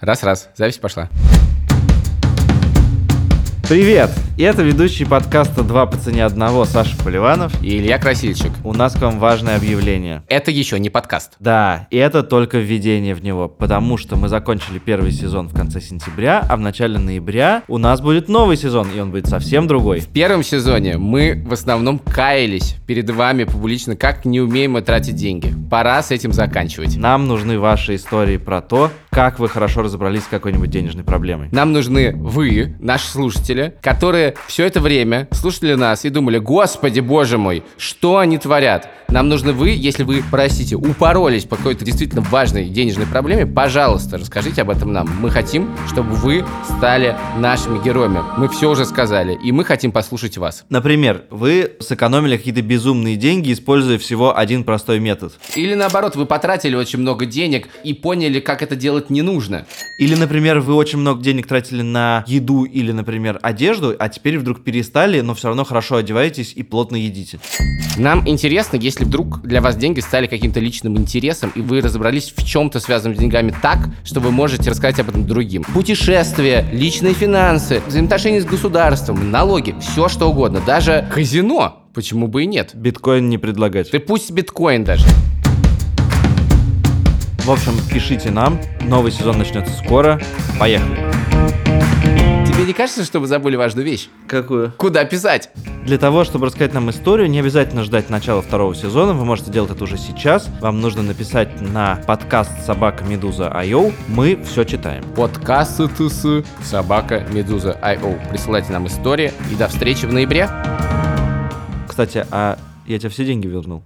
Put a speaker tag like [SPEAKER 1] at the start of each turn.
[SPEAKER 1] Раз-раз, запись пошла.
[SPEAKER 2] Привет! Это ведущий подкаста «Два по цене одного» Саша Поливанов.
[SPEAKER 1] И Илья Красильчик.
[SPEAKER 2] У нас к вам важное объявление.
[SPEAKER 1] Это еще не подкаст.
[SPEAKER 2] Да, и это только введение в него, потому что мы закончили первый сезон в конце сентября, а в начале ноября у нас будет новый сезон, и он будет совсем другой.
[SPEAKER 1] В первом сезоне мы в основном каялись перед вами публично, как не умеем мы тратить деньги. Пора с этим заканчивать.
[SPEAKER 2] Нам нужны ваши истории про то, как вы хорошо разобрались с какой-нибудь денежной проблемой.
[SPEAKER 1] Нам нужны вы, наши слушатели, которые все это время слушали нас и думали, господи, боже мой, что они творят? Нам нужны вы, если вы, простите, упоролись по какой-то действительно важной денежной проблеме, пожалуйста, расскажите об этом нам. Мы хотим, чтобы вы стали нашими героями. Мы все уже сказали, и мы хотим послушать вас.
[SPEAKER 2] Например, вы сэкономили какие-то безумные деньги, используя всего один простой метод.
[SPEAKER 1] Или наоборот, вы потратили очень много денег и поняли, как это делать не нужно.
[SPEAKER 2] Или, например, вы очень много денег тратили на еду или, например, одежду, а теперь вдруг перестали, но все равно хорошо одеваетесь и плотно едите.
[SPEAKER 1] Нам интересно, если вдруг для вас деньги стали каким-то личным интересом, и вы разобрались в чем-то связанном с деньгами так, что вы можете рассказать об этом другим. Путешествия, личные финансы, взаимоотношения с государством, налоги, все что угодно, даже казино. Почему бы и нет?
[SPEAKER 2] Биткоин не предлагать.
[SPEAKER 1] Да пусть биткоин даже.
[SPEAKER 2] В общем, пишите нам. Новый сезон начнется скоро. Поехали.
[SPEAKER 1] Тебе не кажется, что вы забыли важную вещь?
[SPEAKER 2] Какую?
[SPEAKER 1] Куда писать?
[SPEAKER 2] Для того, чтобы рассказать нам историю, не обязательно ждать начала второго сезона, вы можете делать это уже сейчас. Вам нужно написать на подкаст собака медуза Айо. Мы все читаем.
[SPEAKER 1] Подкаст ТС собака медуза IO. Присылайте нам истории и до встречи в ноябре.
[SPEAKER 2] Кстати, а я тебе все деньги вернул.